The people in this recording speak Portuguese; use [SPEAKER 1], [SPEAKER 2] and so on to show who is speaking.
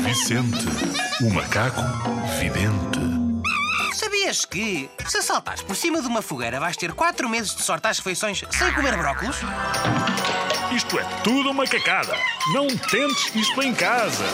[SPEAKER 1] Vicente, o macaco vidente.
[SPEAKER 2] Sabias que, se saltares por cima de uma fogueira, vais ter 4 meses de sorte às refeições sem comer brócolos?
[SPEAKER 3] Isto é tudo uma cacada. Não tentes isto em casa.